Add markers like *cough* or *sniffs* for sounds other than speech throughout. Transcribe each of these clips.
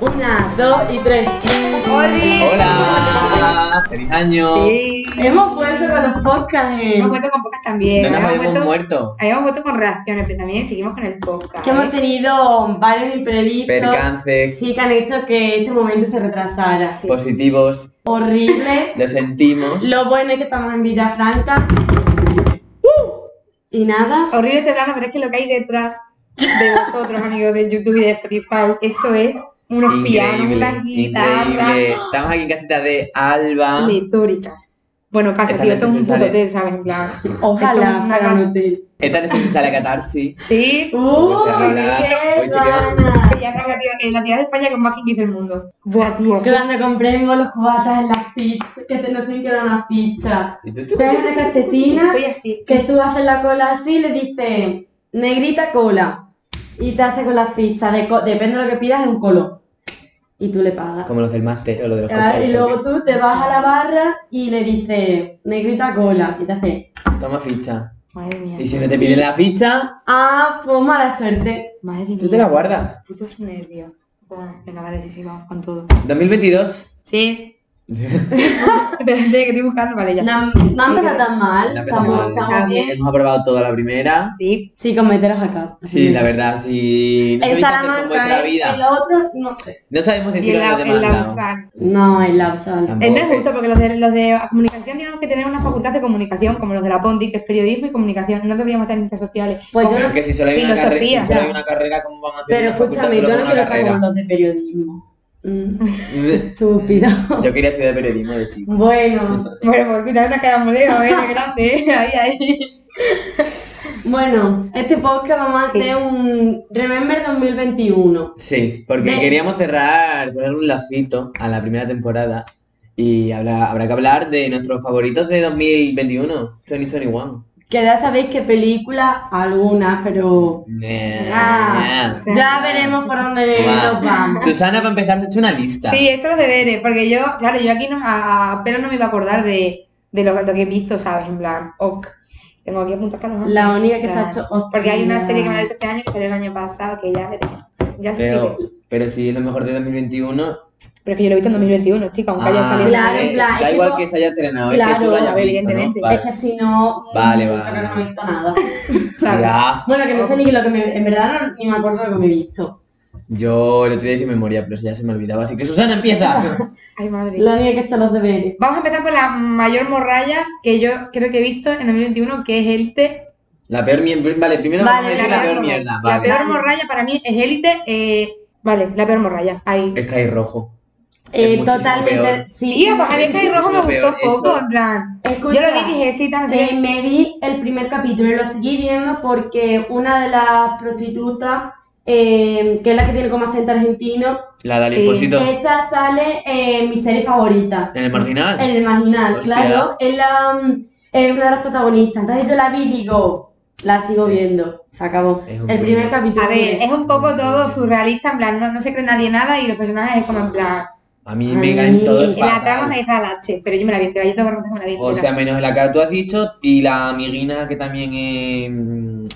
Una, dos y tres. ¡Oli! Hola, feliz año. Sí. Hemos vuelto con los podcasts. eh. Hemos vuelto con pocas también. No nos habíamos, habíamos vuelto, muerto. habíamos vuelto con reacciones, pero también seguimos con el podcast. ¿eh? Que hemos tenido varios imprevistos. Percances Sí, que han hecho que este momento se retrasara. Pues- positivos, Horrible. lo sentimos. Lo bueno es que estamos en Villafranca. Y nada. Horrible este plano, pero es que lo que hay detrás de vosotros, *laughs* amigos de YouTube y de Spotify, eso es unos pianos, increíble, unas guitarras increíble. Estamos aquí en casita de Alba. letóricas. Ah. Bueno, casa, Esta tío, noche esto es un se puto sale. hotel, ¿sabes? En plan. Esto es Ojalá una para casa. un hotel. Esta es necesaria catarsis. Sí. ¡Uh! Pues habla, ¡Qué pues sí que habla. gana! Ya creo que, tío, que la ciudad de España con más hippies del mundo. Buah, tío. Cuando compremos los cubatas en las pizzas, que te nos tienen que dar una pizza. Y tú, tú, Ves una casetina Estoy así. que tú haces la cola así le dices negrita cola y te hace con la ficha, de co- depende de lo que pidas, es un color. Y tú le pagas. Como los del máster o los de los Claro, y coches. luego tú te vas a la barra y le dices negrita cola y te hace Toma ficha. Madre mía. Y si no te piden la ficha, ah, pues mala suerte. Madre mía. tú te la guardas. Putos nervios. Bueno, venga, vale, sí, sí, vamos con todo. 2022. *laughs* Sí. Espérate, que estoy buscando, vale, ya. No, no han empezado tan mal, La empezamos estamos, mal. estamos bien. Hemos aprobado toda la primera. Sí. Sí, con meteros acá. Sí, la verdad, si no En sabéis qué hacer con Salamanca, vuestra en en vida, lo otro, no sé. no sabemos Y decir en a la, los demás. en la Lau. USAN. No, en la UPSAL. Tampoco. Eh, No es justo porque los de, los de comunicación tienen que tener una facultad de comunicación, como los de la Ponti, que es periodismo y comunicación. No deberíamos estar en ciencias sociales. Pues yo Pero no, que si solo hay una Filosofía, carrera, si solo ya. hay una carrera, ¿cómo van a hacer pero una facultad escúchame, solo yo con no una quiero estar con carrera? los de periodismo. Mm, estúpido. *laughs* *laughs* Yo quería estudiar periodismo de chico. Bueno, Bueno, pues cuidado, nos quedamos lejos, ¿eh? Qué grande, ¿eh? *laughs* Ahí, ahí. bueno, este podcast vamos a Sí. hacer un Remember 2021. Sí, porque Ven. queríamos cerrar, poner un lacito a la primera temporada y habrá, habrá que hablar de nuestros favoritos de 2021, 2021. Que ya sabéis que película algunas, pero Nah. Ah, ya veremos por dónde Nah. nos vamos. Susana, para empezar, se ha hecho una lista. Sí, esto los deberes, porque yo, claro, yo aquí no, a, a- pero no me iba a acordar de, de lo, lo que he visto, ¿sabes? En plan, ok. Tengo aquí apuntar todos los La única que se ha Claro. hecho. Porque hay una serie que me la he ha visto este año que salió el año pasado, que ya veré. Ya te Pero, expliqué. pero si es lo mejor de 2021. Pero es que yo lo he visto en 2021, chica, aunque haya ah, salido. Claro, eh, en plan, Da es igual tipo- que se haya estrenado, es que Claro, tú lo hayas a ver, visto, ¿no? evidentemente. *laughs* Vale. Es que si no. Vale, yo vale. no he visto nada. ¿sabes? Ya. Bueno, que no sé ni lo que me. En verdad no, ni me acuerdo lo que me he visto. Yo lo tuve de memoria, pero eso ya se me olvidaba. Así que Susana empieza. Ay, madre. La única que ha hecho los deberes. Vamos a empezar por la mayor morralla que yo creo que he visto en 2021, que es Élite. La peor mierda. Vale, primero Vale, vamos a decir la, peor mierda. La Vale. peor morralla para mí es Élite. eh, vale, la peor morralla. Ahí. Es Sky Rojo. Eh, muchísimo totalmente. peor. Sí, Y pues a mí es Sky Rojo me muchísimo gustó peor, poco, eso. en plan. Escucha, Yo lo vi y dije, sí, tal, no sé eh, qué. me vi el primer capítulo y lo seguí viendo porque una de las prostitutas, eh, que es la que tiene como acento argentino, La del Sí. Esposito. esa sale eh, en mi serie favorita, En el marginal. en el marginal, Hostia. claro. Es, la, mm, es una de las protagonistas. Entonces yo la vi y digo, la sigo viendo. Se acabó. Es un El primer truño. capítulo. A ver, es un poco todo surrealista, en plan, no, no se cree nadie nada y los personajes es como en plan. A mí Ay, me caen todos. La fatal. trama es la H, pero yo me la vi entera, yo tengo que reconocer que me la vi O entera. sea, menos la que tú has dicho y la amiguina que también es, mm, es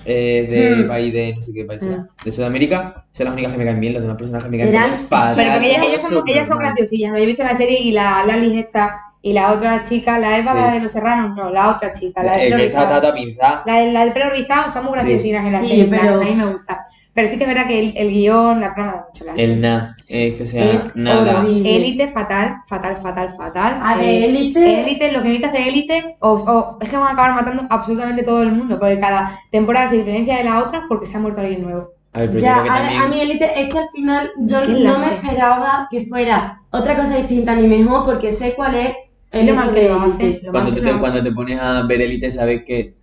de Mm. país de no sé qué país Mm. era, de Sudamérica, son las únicas que me caen bien, los demás personajes me caen Eran- todos fatal, Pero porque ellas, todos ellas son, ellas son supermal. graciosillas, ¿no? Yo he visto la serie y la Lali esta y la otra chica, la Eva, Sí. la de los serranos, no, la otra chica, la Eh, del que pelo esa rizado. tata pinza. La, del- la del pelo rizado son muy Sí. graciosinas en la Sí, serie, en plan, pero- a mí me gusta. Pero sí que es verdad que el, el guión, la trama da mucho la El na, es que o sea, Es nada. horrible. Élite, fatal, fatal, fatal, fatal. A ver, Eh, Ah, élite. Élite, los guionistas de Élite, o, o- es que van a acabar matando absolutamente todo el mundo, porque cada temporada se diferencia de la otra porque se ha muerto alguien nuevo. A ver, pero Ya, yo creo que a, ver, también. a mí Elite es que al final yo Qué no me lache. esperaba que fuera otra cosa distinta ni mejor porque sé cuál es Es el lo mal eso que de lo Elite. hacen, lo mal cuando, que te, lo hacen. cuando te pones a ver Elite, sabes que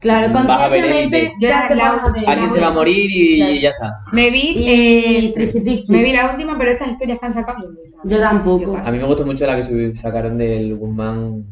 Claro, Vas a ver conscientemente Élite. Yo ya la- te la- vas a ver. alguien se va a morir y, Claro. y ya está. Me vi, eh, Y triqui, triqui. me vi la última, pero estas historias que han sacado. Yo tampoco. Yo paso. A mí me gustó mucho la que subi- sacaron del Guzmán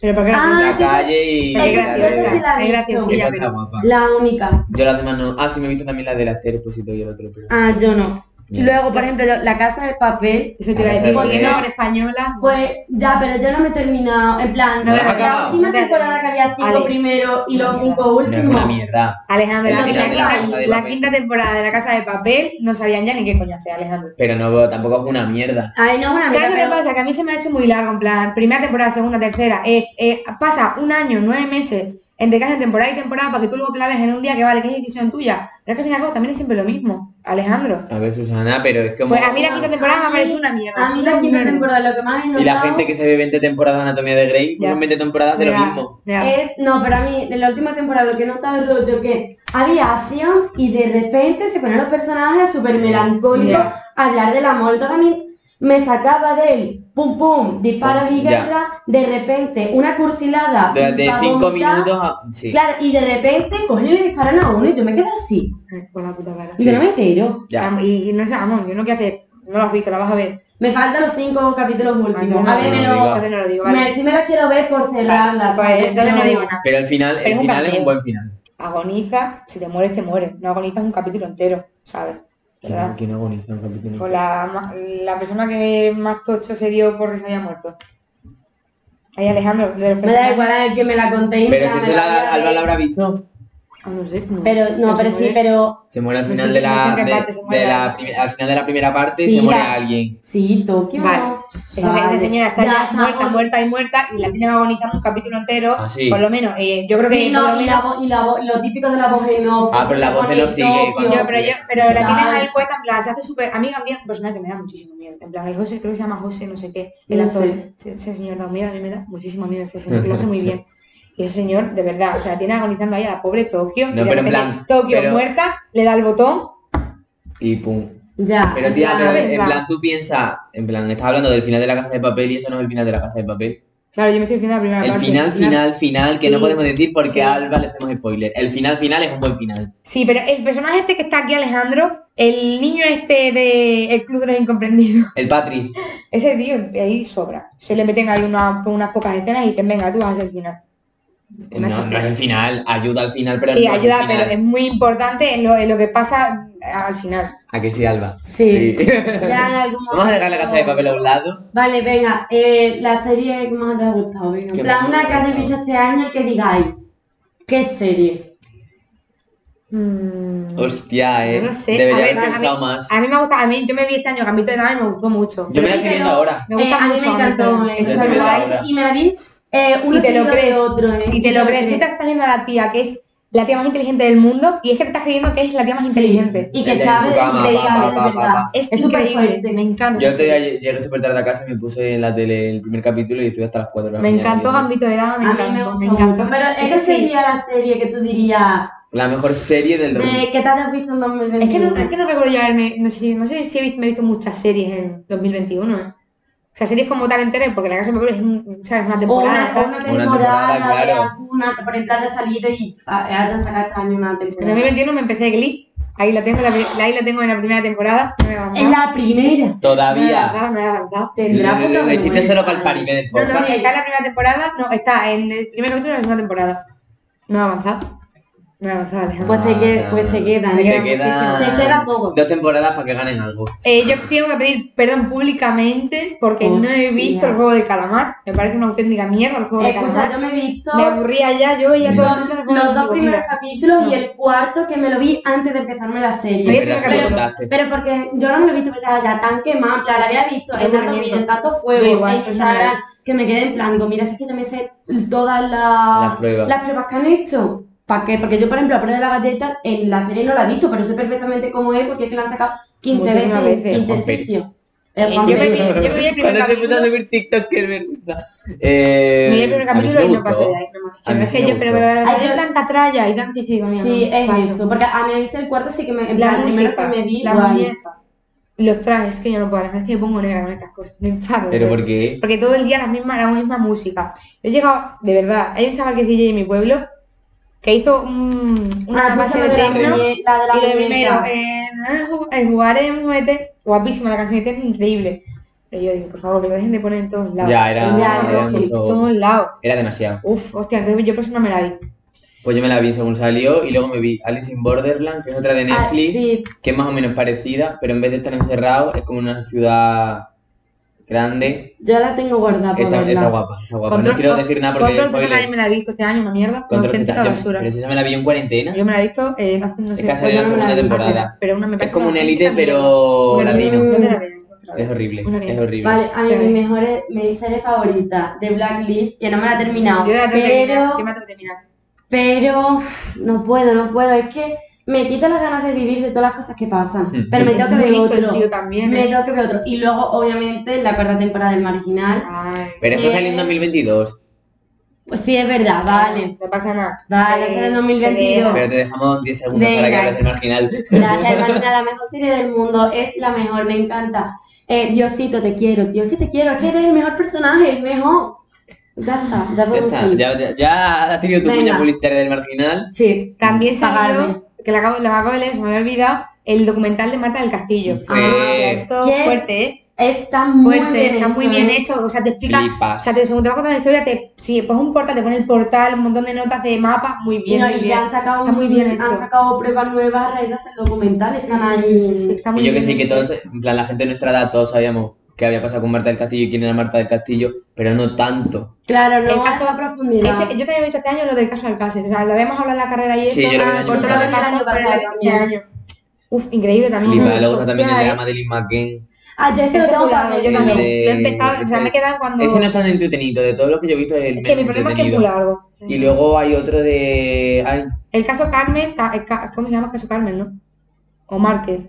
Pero porque Ah, era en yo la creo- calle y. esa- es y la de- esa sí graciosa, la he es visto. graciosilla, Esa está pero guapa. La única. Yo las demás no. Ah, sí, me he visto también la del Aster Esposito pues, y el otro, pero. Ah, yo no. Luego, por ejemplo, lo- la casa de papel. Eso te iba a Ah, decir, ¿sabes siguiendo qué? con española. Pues ya, pero yo no me he terminado. En plan, No, la no, acabado. última No, no, no. temporada que había cinco Ale. primero y los No, cinco No es una últimos. mierda. Alejandro, la, Entonces, la la quinta, Casa de la Papel. quinta temporada de La Casa de Papel no sabían ya ni qué coño hacer, Alejandro. Pero no, tampoco es una mierda. Ay, no es una ¿Sabes lo que mierda, pasa? Que a mí se me ha hecho muy largo, en plan, primera temporada, segunda, tercera. eh, eh, pasa un año, nueve meses, entre casa de temporada y temporada, para que tú luego te la veas en un día que vale, que es decisión tuya. Pero es que al fin y al cabo también es siempre lo mismo, Alejandro. A ver, Susana, pero es como. Pues a mí la quinta temporada me ha A parecido mí- una pero mierda. Ah, A mí la quinta temporada lo que más he notado Y la gente que se ve 20 temporadas de Anatomía de Grey, Ya. son 20 temporadas de lo mismo. Ya, es... No, pero a mí en la última temporada lo que he notado es rollo que había acción y de repente se ponían los personajes súper melancólicos Ya. a hablar del amor. Entonces a mí me sacaba de él, pum pum, disparos y Ya. guerra, de repente una cursilada. Durante pa' 5 vomitar. minutos. a- Sí. Claro, y de repente cogen y le disparan a uno y yo me quedé así. eh, con la puta cara. Y yo no me entero. Ya. Y, y no sé, vamos, yo no qué hacer. No lo has visto, la vas a ver. Me faltan los cinco capítulos Ay, últimos. no, a no, ver, me no, lo lo... digo. entonces no lo digo, me- vale. sí me las quiero ver por cerrarlas. Pues, ¿sabes? entonces no digo nada. Pero el final, Pero es el un final es castigo. un buen final. agoniza, si te mueres, te mueres. No agonizas un capítulo entero, ¿sabes? ¿Verdad? ¿Quién agoniza un capítulo? Con la, ma- la persona que más tocho se dio porque se había muerto. Ahí Alejandro, de los Me da personajes- igual a ver que me la contéis. Pero en si plan, eso me voy la, a Alba ver. la habrá visto. Ah, no sé, no. Pero, no, pero se sí, muere. pero... Se muere al No sé final qué- de no sé la, qué de, parte se muere de la Alba. prim- al final de la primera parte Sí, se muere la- alguien. Sí, Tokio. Vale. Esa, esa Vale. señora está ya, muerta, con- muerta y muerta y la tienen agonizando un capítulo entero. Ah, sí. Por lo menos, eh, yo creo Sí, que no, por lo y, menos. la voz- y la voz- lo típico de la voz en off. Ah, pero la voz en lo off sigue, Yo, cuando- pero, yo, pero la Vale. tienes ahí puesta, en plan, se hace súper. A mí también es un personaje que me da muchísimo miedo. En plan, el José, creo que se llama José, no sé qué. El No actor. sé. Ese, ese señor da miedo, a mí me da muchísimo miedo ese señor, lo hace muy bien. Y ese señor, de verdad, o sea, tiene agonizando ahí a la pobre Tokio. No, y de pero en repente plan, Tokio pero- muerta, le da el botón. Y pum. Ya. Pero tía, Ya, pero en venga. plan tú piensas, en plan, estás hablando del final de la casa de papel y eso no es el final de la casa de papel. Claro, yo me estoy diciendo la primera El parte. final, final, final, que Sí. no podemos decir porque Sí. a Alba le hacemos spoiler. El final, final es un buen final. Sí, pero el personaje este que está aquí, Alejandro, el niño este de El Club de los Incomprendidos, *laughs* El Patri. ese tío ahí sobra. Se le meten ahí una- unas pocas escenas y dicen, venga, tú vas a ser el final. Una No, no chorrada. es el final, ayuda al final, pero sí, no es el ayuda, final. pero es muy importante en lo, en lo que pasa eh, al final. ¿A que sí, Alba? Sí. Sí. *laughs* Ya en algún Vamos a dejar la casa de papel a un lado. Vale, venga, eh, la serie que más te ha gustado, venga. Que En plan, más me una ha que hayáis gustado. visto este año y que digáis, ¿qué serie? Mm, Hostia, eh. no lo sé. Debería A ver, haber a mí- pensado más. A mí me gusta, a mí yo me vi este año Gambito de Dama y me gustó mucho. Yo me la estoy Pero- viendo ahora. Me gusta Eh, a mí mucho. me encantó. Gambito de Dama. eh, Yo Eso te es veo guay. ahora. Y me la vi eh, uno Y te seguido lo de crees. otro, eh, Y te lo crees, tú te estás viendo a la tía que es la tía más inteligente del mundo y es que te estás creyendo que es la tía más Sí. inteligente. Y que Desde sabe su de cama, de- pa, pa, de pa, verdad. pa, pa. Es, Es súper increíble, fuerte. me encanta. Yo esa otro día serie. lle- llegué súper tarde a casa y me puse en la tele el primer capítulo y estuve hasta las 4 de la Me mañana. encantó viendo. Gambito de Dama, me A mí me encantó, gustó me encantó. mucho. Pero Eso esa sí, sería la serie que tú dirías La mejor serie del de mundo. que te has visto en es que 2021. no, es que no recuerdo yo haberme, no sé, no sé si he visto, me he visto muchas series en 2021, ¿eh? O sea, series como tal enteras, porque La Casa de Papel es, un- ¿sabes? una O temporada. Oh, una, o tal. una Una temporada, temporada, de claro. alguna que por ejemplo haya salido y ah, hayan sacado este año una En temporada. 2021 me empecé Glee, ahí la tengo, la, pri- ahí la tengo en la primera temporada. No me he avanzado, Es la primera. no me he avanzado, Todavía. no me he avanzado. Tendrá Lo- lo- poca Lo hiciste vergüenza, solo para el ¿eh? pues, parime del No, no, podcast. está en la primera temporada, no, está en el primer capítulo de la segunda temporada. No he avanzado. No he avanzado, Alejandro. Pues te, que- pues te quedan. Me Ah, Te queda muchísimo. quedan Te queda poco. dos temporadas para que ganen algo. Eh, yo tengo que pedir perdón públicamente porque no he Hostia. visto el juego del calamar. Me parece una auténtica mierda el juego del Escucha, calamar. yo me he visto Me aburría ya, yo veía todo los, los dos primeros capítulos y el cuarto que me lo vi antes de empezarme la Oye, serie. Pero pero ya me que- contaste. Pero porque yo no me lo he visto porque estaba ya tan quemada, en plan, la había visto en tantos aburrimiento. vídeos, en tantos Yo juegos, igual, en eso Instagram, que me quedé en plan, digo, mira, si es que yo me sé todas las, Las pruebas. las pruebas que han hecho. ¿Para qué? Porque yo, por ejemplo, la prueba de la galleta en la serie no la he visto, pero sé perfectamente cómo es porque es que la han sacado 15 veces, Muchísimas veces. en 15 Juan Pérez. sitios. El Yo Juan me, Pérez. vi- yo me *laughs* vi el primer Cuando se puso a capítulo, subir TikTok, qué vergüenza. Eh, me vi el primer a mí sí capítulo y me no pasé gustó. de ahí. no más. A mí Pero es sí que me yo, pero gustó. pero- Ay, hay yo- tanta tralla, hay tanta que digo, mira, Sí, no, es paso. eso, porque a mí me viste el cuarto sí que me, en La plan, el primero música, que me vi, la guay. Ah, muñeca, los trajes, que yo no puedo, la verdad es que me pongo negra con estas cosas, me enfado. Pero tío. ¿por qué? Porque todo el día la misma, la misma música. Yo he llegado, de verdad, hay un chaval que es DJ en mi pueblo que hizo un- una Ah, base pues de la de la techno. muñe- la de la Y lo de muñeca. primero, eh, nada, ju- eh, jugar en un juguete, guapísima la canción, es increíble. Pero yo digo, por favor, que lo dejen de poner en todos lados. Ya, era- En todos era lados, mucho- en todos lados. Era demasiado. Uf, hostia, entonces yo por eso no me la vi. Pues yo me la vi según salió y luego me vi Alice in Borderland, que es otra de Ah, Netflix, sí. que es más o menos parecida, pero en vez de estar encerrado, es como una ciudad grande. Yo la tengo Ah, guardada pues para Está, verla. está guapa, está guapa. pues no quiero decir nada porque Control Z spoiler. nadie me la he visto este año, una mierda. Una Control Z, auténtica yo- basura. pero si esa me la vi yo en cuarentena. Yo me la he visto, eh, no, no sé. que ha yo salido la no me segunda vi, temporada. hace- Pero una me Es parece como una un Elite, auténtica pero mierda. latino. No te la veas, no te la Es veas. horrible, Una es mierda. horrible. Vale, a mí Pero- mi mejor es- mi serie favorita de Blacklist, que no me la he terminado, Yo ya tengo que terminar, pero, yo me la tengo que terminar. pero uf, no puedo, no puedo, es que me quita las ganas de vivir de todas las cosas que pasan, Hmm. pero me tengo que Muy ver listo el otro, tío también, me ¿eh? tengo que ver otro, y luego obviamente la cuarta temporada del Marginal, Ay, Pero eso salió en Eh. 2022. pues sí, es verdad, *laughs* vale, No pasa nada. Vale, Se- será en se 2022. deja. Pero te dejamos 10 segundos para que Venga. hables del marginal. gracias, el Marginal, la mejor serie del mundo, es la mejor, me encanta, Eh, Diosito, te quiero, tío, es que te quiero, es que eres el mejor personaje, el mejor, ya está, ya Ya podemos está, ir, ya, ya, ya has tenido tu Venga. cuña publicitaria del marginal. sí, También Pagarme. salió, que la acabo, la acabo de leer, se me había olvidado, el documental de Marta del Castillo. Sí. Ah, esto ¿Qué? fuerte, ¿eh? está muy Fuerte, bien está hecho, muy bien ¿eh? hecho. O sea, te explica. O Flipas. sea, te, según te va a contar la historia, te, si pones un portal, te pone el portal, un montón de notas de mapas, muy Y, bien. no, muy y bien. han sacado Está muy bien hecho. han sacado pruebas nuevas a raíz de hacer documentales. Sí, están ahí. sí, sí, sí, sí, está muy Y yo que bien ¿eh? sé que hecho. todos, en plan, la gente de nuestra edad, todos sabíamos qué había pasado con Marta del Castillo y quién era Marta del Castillo, pero no tanto. Claro, El no caso- caso a profundidad. Este- yo te había visto este año lo del caso Alcácer. O sea, lo habíamos hablado en la carrera y eso. Sí, yo lo vi el ah, año por todo lo que pasado. pasó, El año pero lo pasado he visto este también. año. Uf, increíble también. Flipa, Uf, luego está también el hostia, eh. drama de Lin McGinn. ah, yo ese lo Ese tengo mulado, para ver. yo también. Yo El de- he empezado, o sea, me he quedado cuando. Ese no es tan entretenido, de todos los que yo he visto es el Es que menos mi problema es que es muy entretenido. largo. y luego hay otro de... Ay, El caso Carmen, ca- el ca- ¿cómo se llama el caso Carmen, no? O Marker.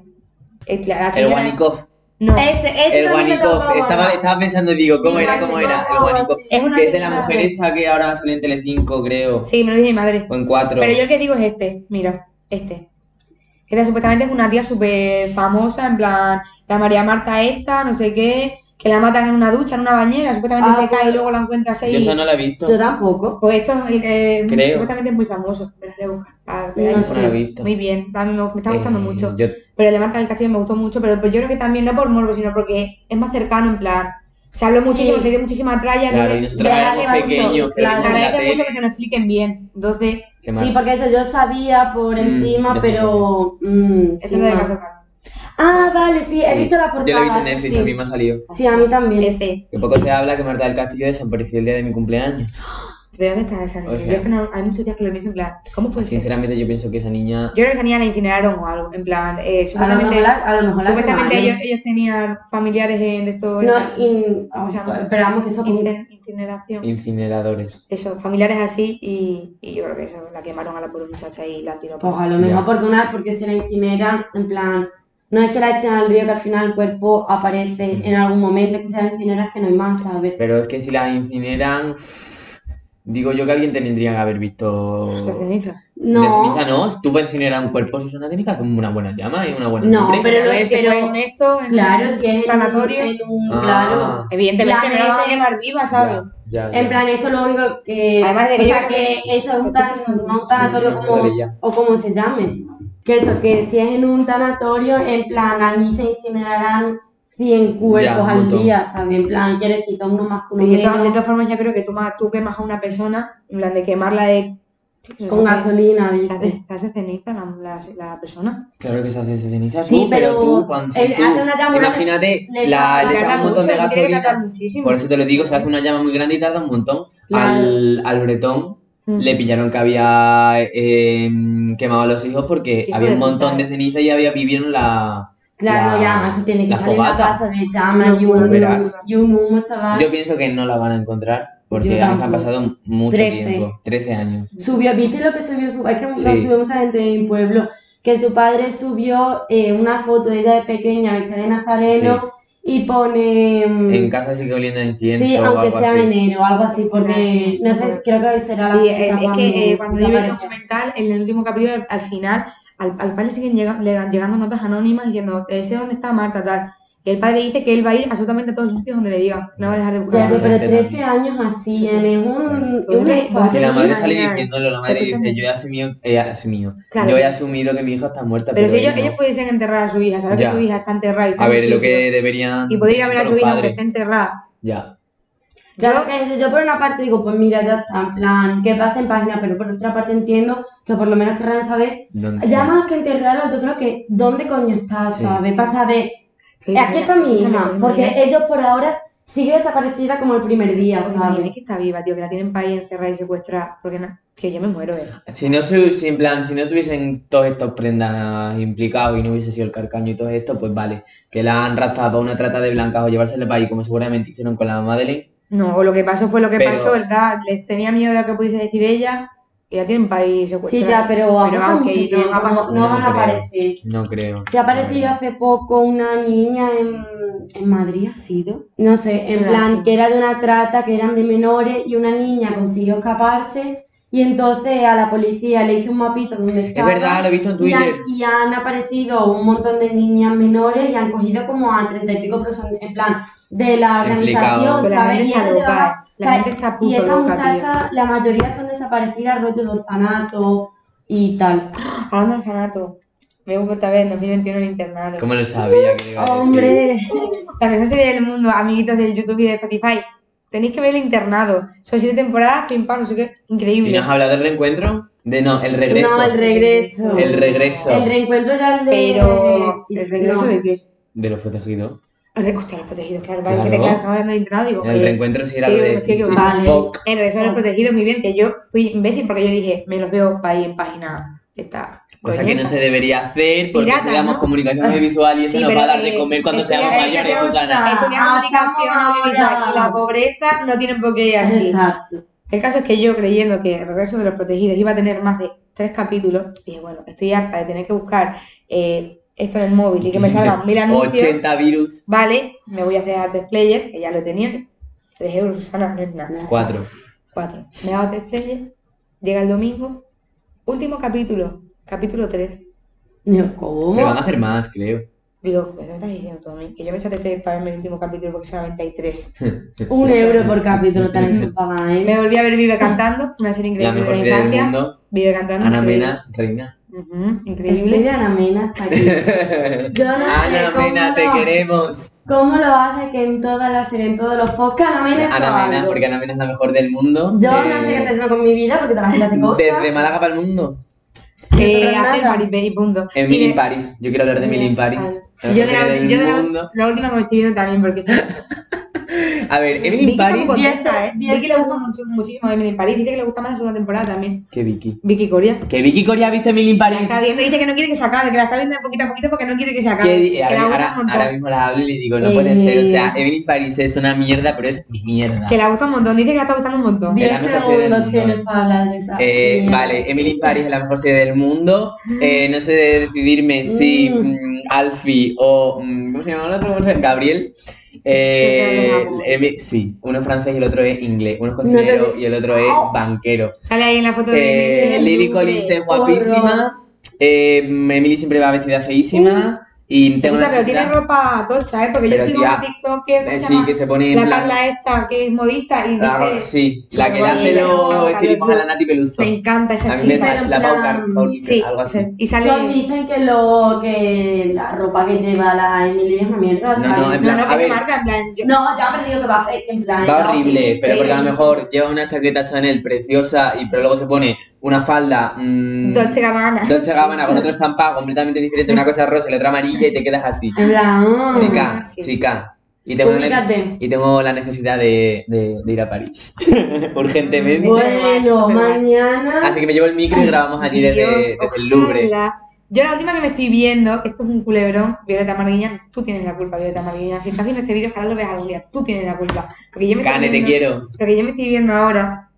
Es la- la el señora- Wanikov. No, es, Ese, ese también El lo tengo Wanikov. para Estaba, guardar. estaba pensando, digo, ¿cómo Sí, era? parece ¿Cómo era? como El algo Wanikov. así. una Que es de la señora- mujer esta que ahora sale en Telecinco, creo. Sí, me lo dice mi madre. O en cuatro. Pero yo el que digo es este, mira, este. Esta supuestamente es una tía súper famosa, en plan, la María Marta esta, no sé qué, que la matan en una ducha, en una bañera, supuestamente Ah, se cae y luego la encuentras Yo ahí. esa no la he visto. Yo tampoco. Pues esto es el que Creo. supuestamente es muy famoso, me las voy a buscar. Ah, No veáis. sé. No la he visto. Muy bien, también me, me está gustando Eh, mucho. yo- Pero el de Marta del Castillo me gustó mucho, pero pues yo creo que también no por morbo, sino porque es más cercano, en plan, se habló muchísimo, se dio muchísima tralla, Claro, entonces y nosotros se éramos agradece mucho- pequeños, que lo claro, se vimos en la agradece mucho tele. que te lo expliquen bien. Entonces, qué mal. Sí, porque eso yo sabía por Mm, encima, ya sé pero. mm, eso sin es lo de más. caso Carmen. Ah, vale, sí, he Sí. visto la portada. Yo la he visto en sí, Netflix, sí. a mí me ha salido. Sí, a mí también. Ese. Que poco se habla que Marta del Castillo desapareció el día de mi cumpleaños. Pero ¿dónde está esa niña? O sea- Yo es que no- hay muchos días que lo pienso en plan, ¿cómo puede ser? Sinceramente yo pienso que esa niña... Yo creo que esa niña la incineraron o algo. En plan, eh, A lo supuestamente, mejor, la- a lo mejor la supuestamente quemaron. ellos, ellos tenían familiares en de estos. No, y, oh, ¿cómo se llama? esperamos que eso. Incin- Incineración. Incineradores. Eso, familiares así y, y yo creo que eso, la quemaron a la pobre muchacha y la tiró. Pues a lo Ya. mejor porque una porque si la incineran, en plan, no es que la echen al río que al final el cuerpo aparece Mm. en algún momento, es que si la incineran es que no hay más, ¿sabes? Pero es que si las incineran... uff, Digo yo que alguien tendría que haber *laughs* Oh. Esa visto... ceniza. De No, ceniza no, tú para incinerar un cuerpo, Susana, tienes que hacer una buena llama y una buena No, lumbre. Pero A no- ver, se pero- fue en esto, en claro, un si es en un, sanatorio. en un- Ah, claro. Evidentemente La no la van a gente- quemar viva, ¿sabes? ya, ya, ya. En plan, eso es lo único que... Además de o que yo sea, creo que que- eso es un, tan, un Sí, tanatorio como, vale, ya. o como se llame. Que eso, que si es en un tanatorio, en plan, allí se incinerarán 100 Ya, un cuerpos al montón. día, ¿sabes? En plan, quiere decir que uno más que uno Y de todas, de menos, todas formas, yo creo que tú, ma- tú quemas a una persona, en plan de quemarla de. con gasolina, Se hace, dice. se hace ceniza la, la- la persona. Claro que se hace ese ceniza Sí, tú, pero, pero tú, cuando si él tú- hace una llama, imagínate, le la, da- le le echas da un montón de mucho, se tiene que tardar gasolina. muchísimo. Por eso te lo digo, se hace una llama muy grande y tarda un montón. Claro. Al, al bretón Mm. le pillaron que había eh, quemado a los hijos porque Hijo había de un montón puta, de eh. ceniza y había vivieron la... Claro, la- ya, además eso tiene que la salir fogata. una taza de llama y Pues un, verás. y un humo, chaval. Yo pienso que no la van a encontrar porque Yo han tampoco. pasado mucho Trece. tiempo, 13 años. Subió, ¿viste lo que subió? su- Es que lo Sí. subió mucha gente de mi pueblo, que su padre subió eh, una foto de ella de pequeña, vestida de nazareno, y pone... mm, En casa sigue oliendo a incienso sí, o aunque algo sea así. enero, algo así, porque no sé, creo que será la Y fecha es, es cuando que eh, cuando yo vi el desaparezca. documental, en el último capítulo, al, al final, al, al padre siguen llega- le dan- llegando notas anónimas diciendo, eh, sé dónde está Marta, tal. Y el padre dice que él va a ir absolutamente a todos los sitios donde le digan, no va a dejar de Ya, buscar. Claro. pero gente 13 también. años así, Sí. en es un... Pues es una sí, historia. Si la madre Genial, sale genial. diciéndolo, la madre dice, Escúchame. yo he asumido, he asumido. Claro. Yo he asumido que mi hija está muerta, Pero si él ellos, no". ellos pudiesen enterrar a su hija, saber Ya. que su hija está enterrada y está A en ver, un lo sitio, que deberían Y poder ir a ver a los su hija aunque padres. esté enterrada. Ya. Claro que eso, yo por una parte digo, pues mira, ya está, en plan, que pase en página, pero por otra parte entiendo que por lo menos querrán saber, ¿Dónde? ya más que enterrarlo, yo creo que dónde coño está, Sí. ¿sabes? Para saber, Sí, aquí mira, ¿eh? está mi escúchame, hija, mi porque hija- ellos por ahora sigue desaparecida como el primer día, Oye, mi hija ¿sabes? que está viva, tío, que la tienen para ahí encerrada y secuestrada. Porque na- tío, yo me muero, eh. Si no, se- si en plan, si no tuviesen todos estos prendas implicados y no hubiese sido el carcaño y todo esto, pues vale. Que la han raptado para una trata de blancas o llevársela para ahí, como seguramente hicieron con la Madeleine. No, o lo que pasó fue lo que Pero- pasó, ¿verdad? Les tenía miedo de lo que pudiese decir ella y la tienen para ahí Sí, secuestrada. ya, pero ha pues Pero pasado aunque mucho no tiempo, ha pasado- no, no van a no creo. aparecer. No creo. Se ha aparecido hace poco una niña en, en Madrid, ha sido. No sé, en Claro. plan, que era de una trata, que eran de menores, y una niña consiguió escaparse. Y entonces a la policía le hizo un mapito donde Es estaba. verdad, lo he visto en y, Twitter. han, y han aparecido un montón de niñas menores y han cogido como a treinta y pico personas, en plan, de la organización, Implicados. Pero la ¿sabes? gente Y está eso loca, llevaba- eh. La o sea, gente está y puto esa loca, tío. muchacha, la mayoría son desaparecidas, rollo de orfanato y tal. Hablando de orfanato, me hubo otra vez en 2021 el internado. Como lo sabía que le iba a decir. Hombre, La mejor serie del mundo, amiguitos del YouTube y de Spotify. Tenéis que ver el internado. Son siete temporadas, pim pam, no sé qué. ¿Y Increíble. nos habla del reencuentro? De no, el regreso. no, el regreso. El regreso. El reencuentro era el de. Pero, ¿el regreso no. de qué? De los protegidos. El regreso de los protegidos, claro. Vale, Claro. que te claro, estamos hablando de internado, digo. El oye, reencuentro sí era lo tío, de. me estoy equivocando. Vale. Fuck. El regreso de los protegidos, muy bien, que yo fui imbécil porque yo dije, me los veo para ir en página. Esta. Cosa que no coñesa. se debería hacer porque Pues Pirata, estudiamos ¿no? comunicación audiovisual y eso Sí, nos pero va a dar de que comer cuando estudiar seamos comunicación mayores, Susana. audiovisual. Estudiar Ah, comunicación estamos audiovisual y la ahora. pobreza no tienen por qué ir así. Exacto. El caso es que yo, creyendo que el regreso de los protegidos iba a tener más de tres capítulos, dije, bueno, estoy harta de tener que buscar eh, esto en el móvil y que me salgan *laughs* mil anuncios. 80 virus. Vale, me voy a hacer a tres player, que ya lo tenía. 3 euros, Susana, no es nada. 4. Cuatro. Me hago tres player, llega el domingo, último capítulo, capítulo 3. Yo, ¿cómo? Pero van a hacer más, creo. Digo, ¿qué me estás diciendo tú a mí? Que yo me eché a tres player para verme el último capítulo porque solamente hay tres. *laughs* Un euro por capítulo tal vez pagaba, ¿eh? Me volví a ver Vive cantando, una serie La increíble de mejor la serie del infancia. mundo. Vive cantando. Ana increíble. Mena, reina. Ujú, increíble. Estoy de Ana Mena hasta *laughs* aquí. Yo no sé Ana cómo Mena, te lo- queremos. ¿Cómo lo hace que en todas las series, en todos los podcasts, Ana Mena ha hecho Ana Mena, algo? porque Ana Mena es la mejor del mundo. Yo Eh, no sé qué estoy haciendo con mi vida porque toda la gente hace cosas. Desde Málaga para el mundo. Eh, Nosotros hacer nada. paripé y punto. Emily Y in de- Paris. Yo quiero hablar de Emily in Paris. La y yo mejor de la, serie del yo de la- mundo. la última que me estoy viendo también, porque A ver, Emily Vicky in está muy Paris. con- contenta, ¿eh? Diez- diez- Vicky le gusta mucho, muchísimo Emily in París, dice que le gusta más la segunda temporada también. Que Vicky. Vicky Coria. Que Vicky Coria ha visto Emily in La Paris. está viendo, dice que no quiere que se acabe, que la está viendo de poquito a poquito porque no quiere que se Que acabe. di- que la ahora, gusta ahora- un montón. ahora mismo la hablo y le digo, no Eh. puede ser. O sea, Emily in Paris es una mierda, pero es mi mierda. Que la gusta un montón, dice que la está gustando un montón. Bien. Diez Era mejor serie del segundos mundo. tienes para hablar de esa. Eh, mierda. vale, Emily in Paris es la mejor serie del mundo. Eh, no sé decidirme si Mm. mm, Alfie o. mm, ¿Cómo se llama el otro? ¿Cómo se llama? Gabriel. Eh, Sí, sí, Emi- sí, uno es francés y el otro es inglés. Uno es cocinero No te- y el otro es Oh. banquero. Sale ahí en la foto de Eh, Emily, Lily Emily, Collins es horror. guapísima. Eh, Emily siempre va vestida feísima. Y tengo O sea, una pero tiene necesidad- ropa tocha, ¿eh? Porque Pero yo sigo tía, una TikToker, ¿cómo Eh, se Sí, llama? que se pone en la plan- Carla esta, que es modista, y la- dice... sí, la que le Supermodel, hace la los ropa, estilismos a los la Nati Peluso. Me encanta esa A mí chica. me pero sale en la plan- Pau Paulina, Sí, algo así. y sale... Todos dicen que, lo, que la ropa que lleva la Emily es una mierda. o No, sea, no, en plan, no, no, a que ver. marca, en plan, yo- No, ya ha perdido que va a hacer, en plan. Va no, horrible, pero sí, porque a lo sí. mejor lleva una chaqueta Chanel preciosa y pero luego se pone una falda mm, Dolce Gabbana. Dolce Gabbana con otro estampado completamente diferente, una cosa rosa y la otra amarilla y te quedas así. En plan. mm, Chica, Ah, sí. chica. Y tengo, una- Ubícate. y tengo la necesidad de, de- de ir a París. Urgentemente. Eso es normal, eso Bueno, es normal. mañana. Así que me llevo el micro y grabamos allí desde, Dios, desde el Louvre. ojalá. Yo la última que me estoy viendo, que esto es un culebrón, Violeta Marguiñán, tú tienes la culpa, Violeta Marguiñán. Si estás viendo este vídeo, ojalá lo veas algún día. Tú tienes la culpa. Porque yo me estoy Cane, te viendo- quiero. Porque yo me estoy viendo ahora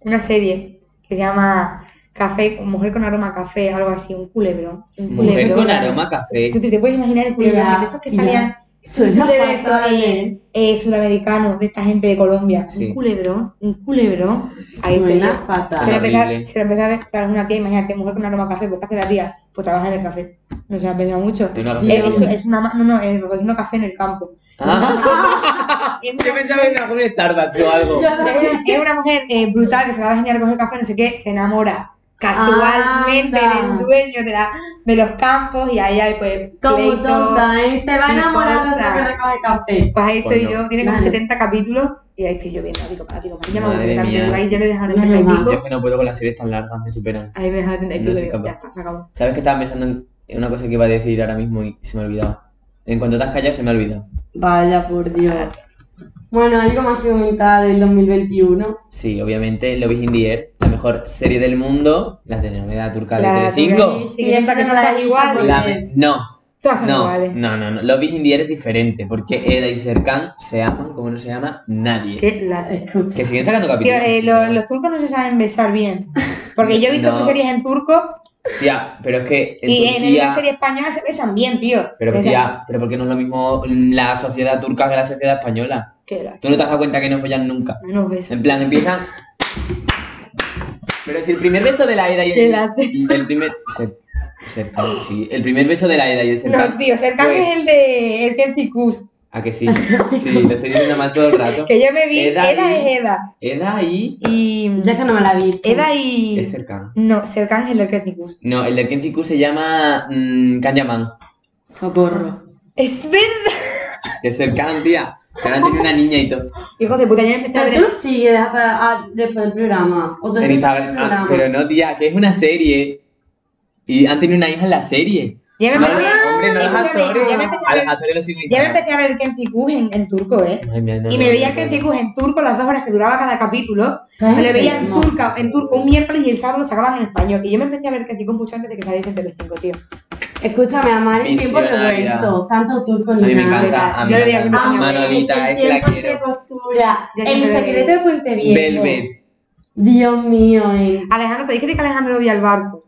una serie que se llama Café, Mujer con aroma a café, algo así, un culebrón. Un Mujer culebrón. con aroma a *laughs* café. ¿Tú te, te puedes imaginar el culebrón Ya, de estos que ya. salían Suena de ver fatal, de, eh, sudamericanos, de esta gente de Colombia. Sí. Un culebrón, un culebrón. Ahí estoy Suena yo. fatal. Se lo, empecé a, Ah, horrible. se lo empecé a ver para una tía, imagínate, mujer con aroma a café, pues ¿qué hace la tía? Pues trabaja en el café. No se lo ha pensado mucho. En una Eh, cafetería. eso es una ma- no, no, eh, recogiendo café en el *laughs* campo. Ah. *laughs* Yo pensaba en algún Starbucks o algo. Yo- Es una mujer eh, brutal que se la da genial recoger café, no sé qué, se enamora casualmente Anda. del dueño de, la, de los campos y ahí hay pues Como pleitos. tonta, ¿eh? Se va y enamorando cosas. de que recoge café. Pues ahí estoy Coño. yo, tiene como Claro. 70 capítulos Y ahí estoy yo viendo a Tico para Tico para. Ya me Madre voy a mía. Ahí ya le dejaron Menos el mal. Yo pico. es que no puedo con las series tan largas, me superan. Ahí me dejaron el No soy pico. y capaz. Ya está, se acabó. ¿Sabes que estaba pensando en- en una cosa que iba a decir ahora mismo y se me ha olvidado? En cuanto te has callado, se me ha olvidado. Vaya por Dios. Bueno, algo más que comentar del 2021. Sí, obviamente, Love is in the Air, la mejor serie del mundo, la telenovela turca de La Telecinco. turca, Sí, que son todas- que son todas iguales. La me- no, Todas son no, iguales. no, no, no. Love is in the Air es diferente porque Eda y Serkan se aman como no se ama nadie. Qué la... Escucha. Que siguen sacando Tío, capítulos. eh, lo- los turcos no se saben besar bien. Porque yo he visto No. series en turco Tía, pero es que en y en Turquía... una serie española se besan bien, tío. Pero Besan- tía, pero porque no es lo mismo la sociedad turca que la sociedad española. Qué la- Tú no te has dado cuenta que no follan nunca. No nos besan. En plan, empiezan... Pero si el primer beso de la Eda y De el... la- y el primer... se- Serkan, sí. El primer beso de la Eda y el Serkan No, tío, Serkan fue- es el de el Kelsey Cus. ¿A que sí? Sí, lo estoy diciendo mal todo el rato. *laughs* Que yo me vi. Eda Eda, y- es Eda. Eda y... Y. mm, Ya que no me la vi. Eda y. Es Serkan. No, Serkan es el del Kelsey Cus. No, el del Kenji Ku se llama mm, Kanyaman. Socorro. Es verdad. Es Serkan, tía. Que ahora tiene una niña y *laughs* todo. Hijo de puta, ya empecé a Pero tú ver. lo sigues hasta- ah, después del programa. O tú En empiezas Instagram. el Ah, programa. pero no, tía, que es una serie. Y han tenido una hija en la serie. Ya me, No, empecé- no, hombre, no los escúchame, actores. ya me empecé a A los ver- actores los siguen ya me empecé a ver el Kelsey Cus en, en turco, ¿eh? Y me veía el Kelsey Cus en turco las dos horas que duraba cada capítulo. Estás Me lo veía en, enfermo. turca, en turco un miércoles y el sábado lo sacaban en español. Y yo me empecé a ver el Kelsey Cus mucho antes de que saliese el Telecinco, tío. Escúchame, Amar, en tiempo Visionaria. revuelto. Tanto turco A ni mí me nada. encanta. a mí Yo le me digo encanta. Ah, siempre, Manolita, es que la quiero. Postura, Ya el siempre la secreto de Puente Viejo. Velvet. Dios mío, eh. Alejandro, te dije que Alejandro odia el barco.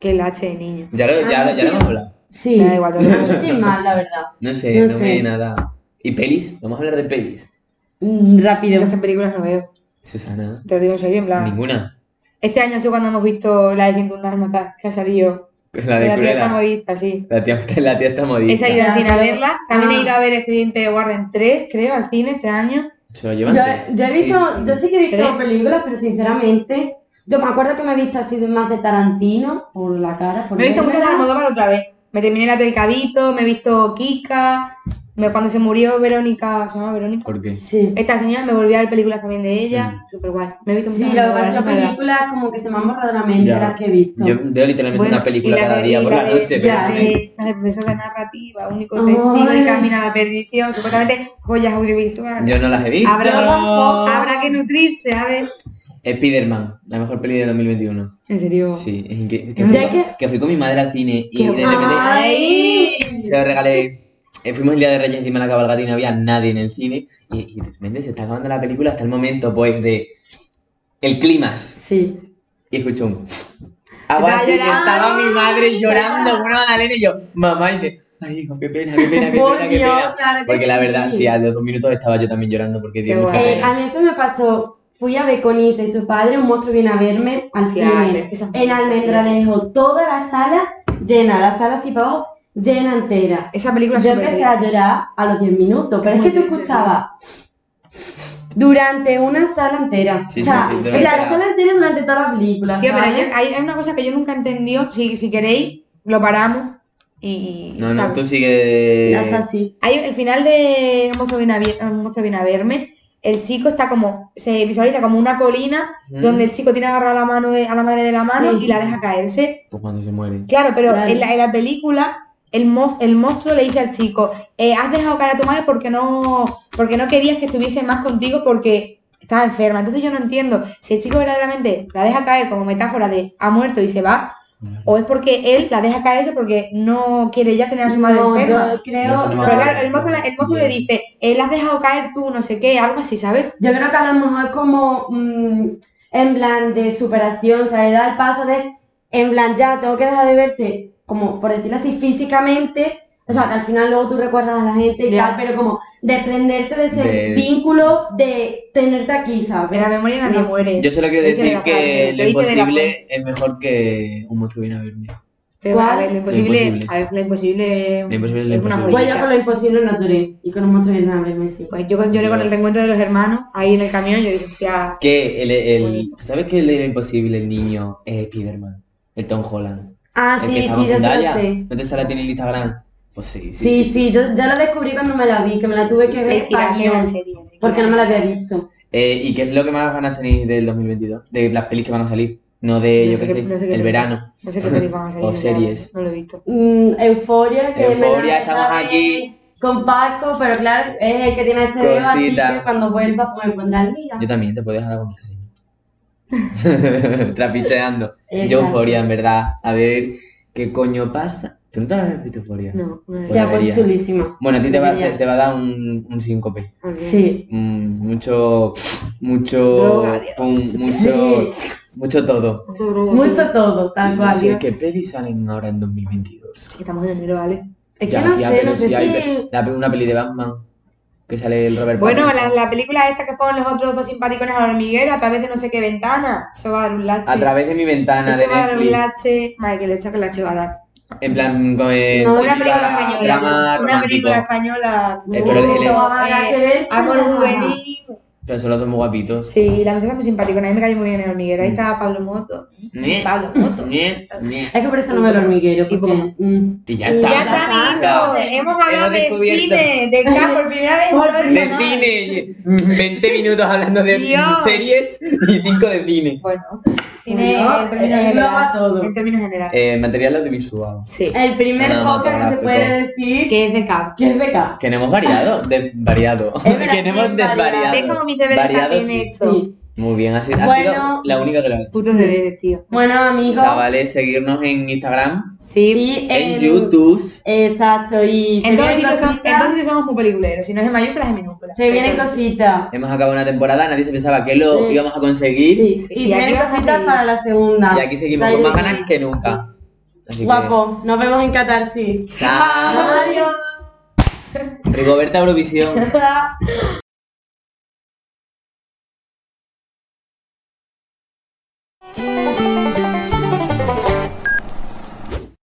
Que el H de niño. Ya lo, ya, Ah, ya lo sí. hemos hablado. Sí. Me da igual, te lo digo. Sin más, la verdad. No sé, no, No sé. me nada. ¿Y pelis? Vamos a hablar de pelis. Mm, Rápido. Entonces películas no veo. Susana. Te lo digo en serio, en plan. Ninguna. Este año ha sido cuando hemos visto la de 101 Dálmatas, que ha salido. La de de la tía está Cruella. modista, sí. La tía, la tía está modista. Esa he ido al Ah, cine a pero- verla. También he ah. ido a ver Expediente de Warren 3, creo, al cine este año. Se lo llevan Yo, tres. yo he visto, Sí. yo sí que he visto ¿Crees? películas, pero sinceramente, yo me acuerdo que me he visto así de más de Tarantino por la cara. por Me he visto verla. muchas de Almodóvar otra vez. Me terminé la Pecadito, me he visto Kika. me- cuando se murió Verónica, ¿se llama Verónica? ¿Por qué? Sí. Esta señora me volví a ver películas también de ella. Mm. Súper guay. Me he visto muchas Sí, lo que pasa es que Almodóvar, las es verdad. películas como que se me han borrado la mente Ya. las que he visto. Yo veo literalmente Bueno, una película y la cada de- día y por la la de- noche. y La pero- de, la de profesor de narrativa, único Ay. testigo y camino a la perdición. Supuestamente joyas audiovisuales. *laughs* Yo no las he visto. Habrá que, tampoco. habrá que nutrirse, a ver. Spider-Man, la mejor peli de 2021. En serio. Sí, es increíble. Que, Ya fui- que- que fui con mi madre al cine y Qué de repente ¡Ay! se lo regalé. Eh, Fuimos el día de Reyes encima de la cabalgata y no había nadie en el cine. Y, y de repente se está acabando la película hasta el momento, pues, de. El clímax. Sí. Y escucho un. *sniffs* Hago Estaba así y llorando. estaba mi madre llorando como una magdalena y yo, mamá, y dice, ay, hijo, qué pena, qué pena, qué Por pena, qué Dios, pena. claro que Porque la verdad, sí. sí, a los dos minutos estaba yo también llorando porque dio Qué mucha guay. Eh, a pena. mí eso me pasó. Fui a Beconiza y su padre, un monstruo viene a verme al Claro, cine. es que esas En películas- Almendralejo, toda la sala llena, la sala así para abajo, llena entera. Esa película es Yo súper empecé a llorar a los 10 minutos, pero es que tú escuchabas durante una sala entera. Sí, o sea, sí, sí, durante en la la- sala entera durante toda la película. Tío, pero ¿sabes? yo- hay, hay una cosa que yo nunca he entendido. Si, si queréis, lo paramos. Y, y- No, no, ¿sabes? tú sigue. Ya está así. Hay el final de Un monstruo viene a, eh, vi- Un monstruo viene a verme. El chico está como, se visualiza como una colina Mm. donde el chico tiene agarrada la mano de- a la madre de la mano Sí. y la deja caerse. Pues cuando se muere. Claro, pero Claro. En, la, en la película el, mo- el monstruo le dice al chico, eh, has dejado caer a tu madre porque no, porque no querías que estuviese más contigo porque estaba enferma. Entonces yo no entiendo si el chico verdaderamente la deja caer como metáfora de ha muerto y se va, o es porque él la deja caerse porque no quiere ya tener a su madre No, enferma. yo creo. No, eso no me Pero acuerdo. claro, el monstruo, el monstruo le dice, él has dejado caer tú, no sé qué, algo así, ¿sabes? Yo creo que a lo mejor como mm, en plan de superación, o sea, de dar el paso de, en plan, ya, tengo que dejar de verte, como por decirlo así, físicamente, o sea, que al final luego tú recuerdas a la gente y tal, Ya. pero como desprenderte de ese Del- vínculo de tenerte aquí, De ¿sabes? la memoria nadie No sé. muere. Yo solo quiero Te hice decir la que frase, lo te hice de la imposible es mejor que un monstruo viene a verme. Pero, a ver, lo ¿Cuál? imposible, Lo imposible. a ver, lo imposible, Lo imposible es lo es una imposible. Pues yo joyita. con lo imposible no lloré, y con un monstruo viene a verme, sí. Pues yo lloré con el reencuentro de los hermanos ahí en el camión, yo dije, hostia, Que el, el, Bonito. ¿tú ¿Sabes que el, el imposible, el niño, es Spiderman? El Tom Holland. Ah, el que sí, sí, yo estaba en sí lo Zendaya. sé. ¿No te sale a ti en el Instagram? Pues sí, sí. Sí, sí, yo, yo la descubrí cuando me la vi, que me la tuve que ver tira, para que era guión, serie, sí, porque que no era. me la había visto. Eh, ¿Y qué es lo que más ganas tenéis del 2022? De las pelis que van a salir. No de, No yo sé qué qué- sé, no sé qué el película. verano. No sé qué película van a salir. O no sé, series. No lo he visto. Mm, Euforia, que me la Euphoria, vi estamos otra vez aquí. con Paco, pero claro, es el que tiene este dedo, así Cosita. que cuando vuelva pues me pondrá al día. Yo también te puedo dejar la contraseña. *laughs* Trapicheando. Eh, Yo claro. euforia, en verdad. A ver qué coño pasa. ¿Tú no te habías visto euforia? No, no he Bueno, ya, pues deberías. chulísima. Bueno, a ti te va, te, Debería. te va a dar un, un síncope. Ok. Sí. Mm, mucho. Mucho. Droga, Dios. pum, *laughs* mucho. Mucho todo. Mucho drogo, Mucho todo, tal Y cual. no sé Dios. qué pelis salen ahora en 2022. Es que estamos en enero, ¿vale? Es Ya, que no tía, sé, pero no sé si hay pe- si... la pe- una peli de Batman. Que sale el Robert Bueno, la, Pattinson. la película esta que ponen los otros dos simpaticones a la hormiguera a través de no sé qué ventana. Eso va a dar un lache. A través de mi ventana de Eso va a dar un Netflix. lache. Michael, esta que lache va a dar. En plan, con el No, Una película drama- española. drama una romántico. película española. Ah, Eh, pero él- él- Ojalá que ves, amor ojalá. juvenil. Pero son los dos muy guapitos. Sí, las muchachas muy simpáticas. A mí me cayó muy bien el hormiguero. Mm. Ahí está Pablo Moto. Ñe, Pablo Moto. ñe, ñe. Es que por eso no veo el hormiguero, Y porque... mm, Y ya Y está. Ya está, O está, sea, amigos. Hemos hablado de descubierto. cine, de acá por primera vez. en Por todo el De canal. cine. *laughs* 20 minutos hablando de Dios. series y 5 de cine. Bueno, cine Bueno, en términos eh, engloba todo. generales. En términos generales. Eh, material audiovisual. Sí. El primer Suena podcast que se cinematográfico. puede decir Que es de cap. que es de K. Que no hemos variado. de- variado. Es verdad, que no hemos es variado. ¿Ves como desvariado. mis deberes están Variado, bien sí. hechos? Sí. Muy bien, así ha Bueno. sido la única que lo ha hecho. Putos deberes, tío. Bueno, amigos, Chavales, seguirnos en Instagram, Sí. sí, eh, en YouTube. Exacto, y se En todos vienen sitios son- en todos cositas, sitios somos muy peliculeros. Si no es en mayúsculas, es en minúsculas. se vienen Entonces, cositas. Hemos acabado una temporada, nadie se pensaba que lo Sí. íbamos a conseguir. Sí, y sí. Y se aquí vienen vamos a cositas seguir. para la segunda. Y aquí seguimos Así con más que, ganas que nunca. Así que, Guapo, nos vemos en Catarsis. *laughs* Chao. Adiós. Rigoberta Eurovisión.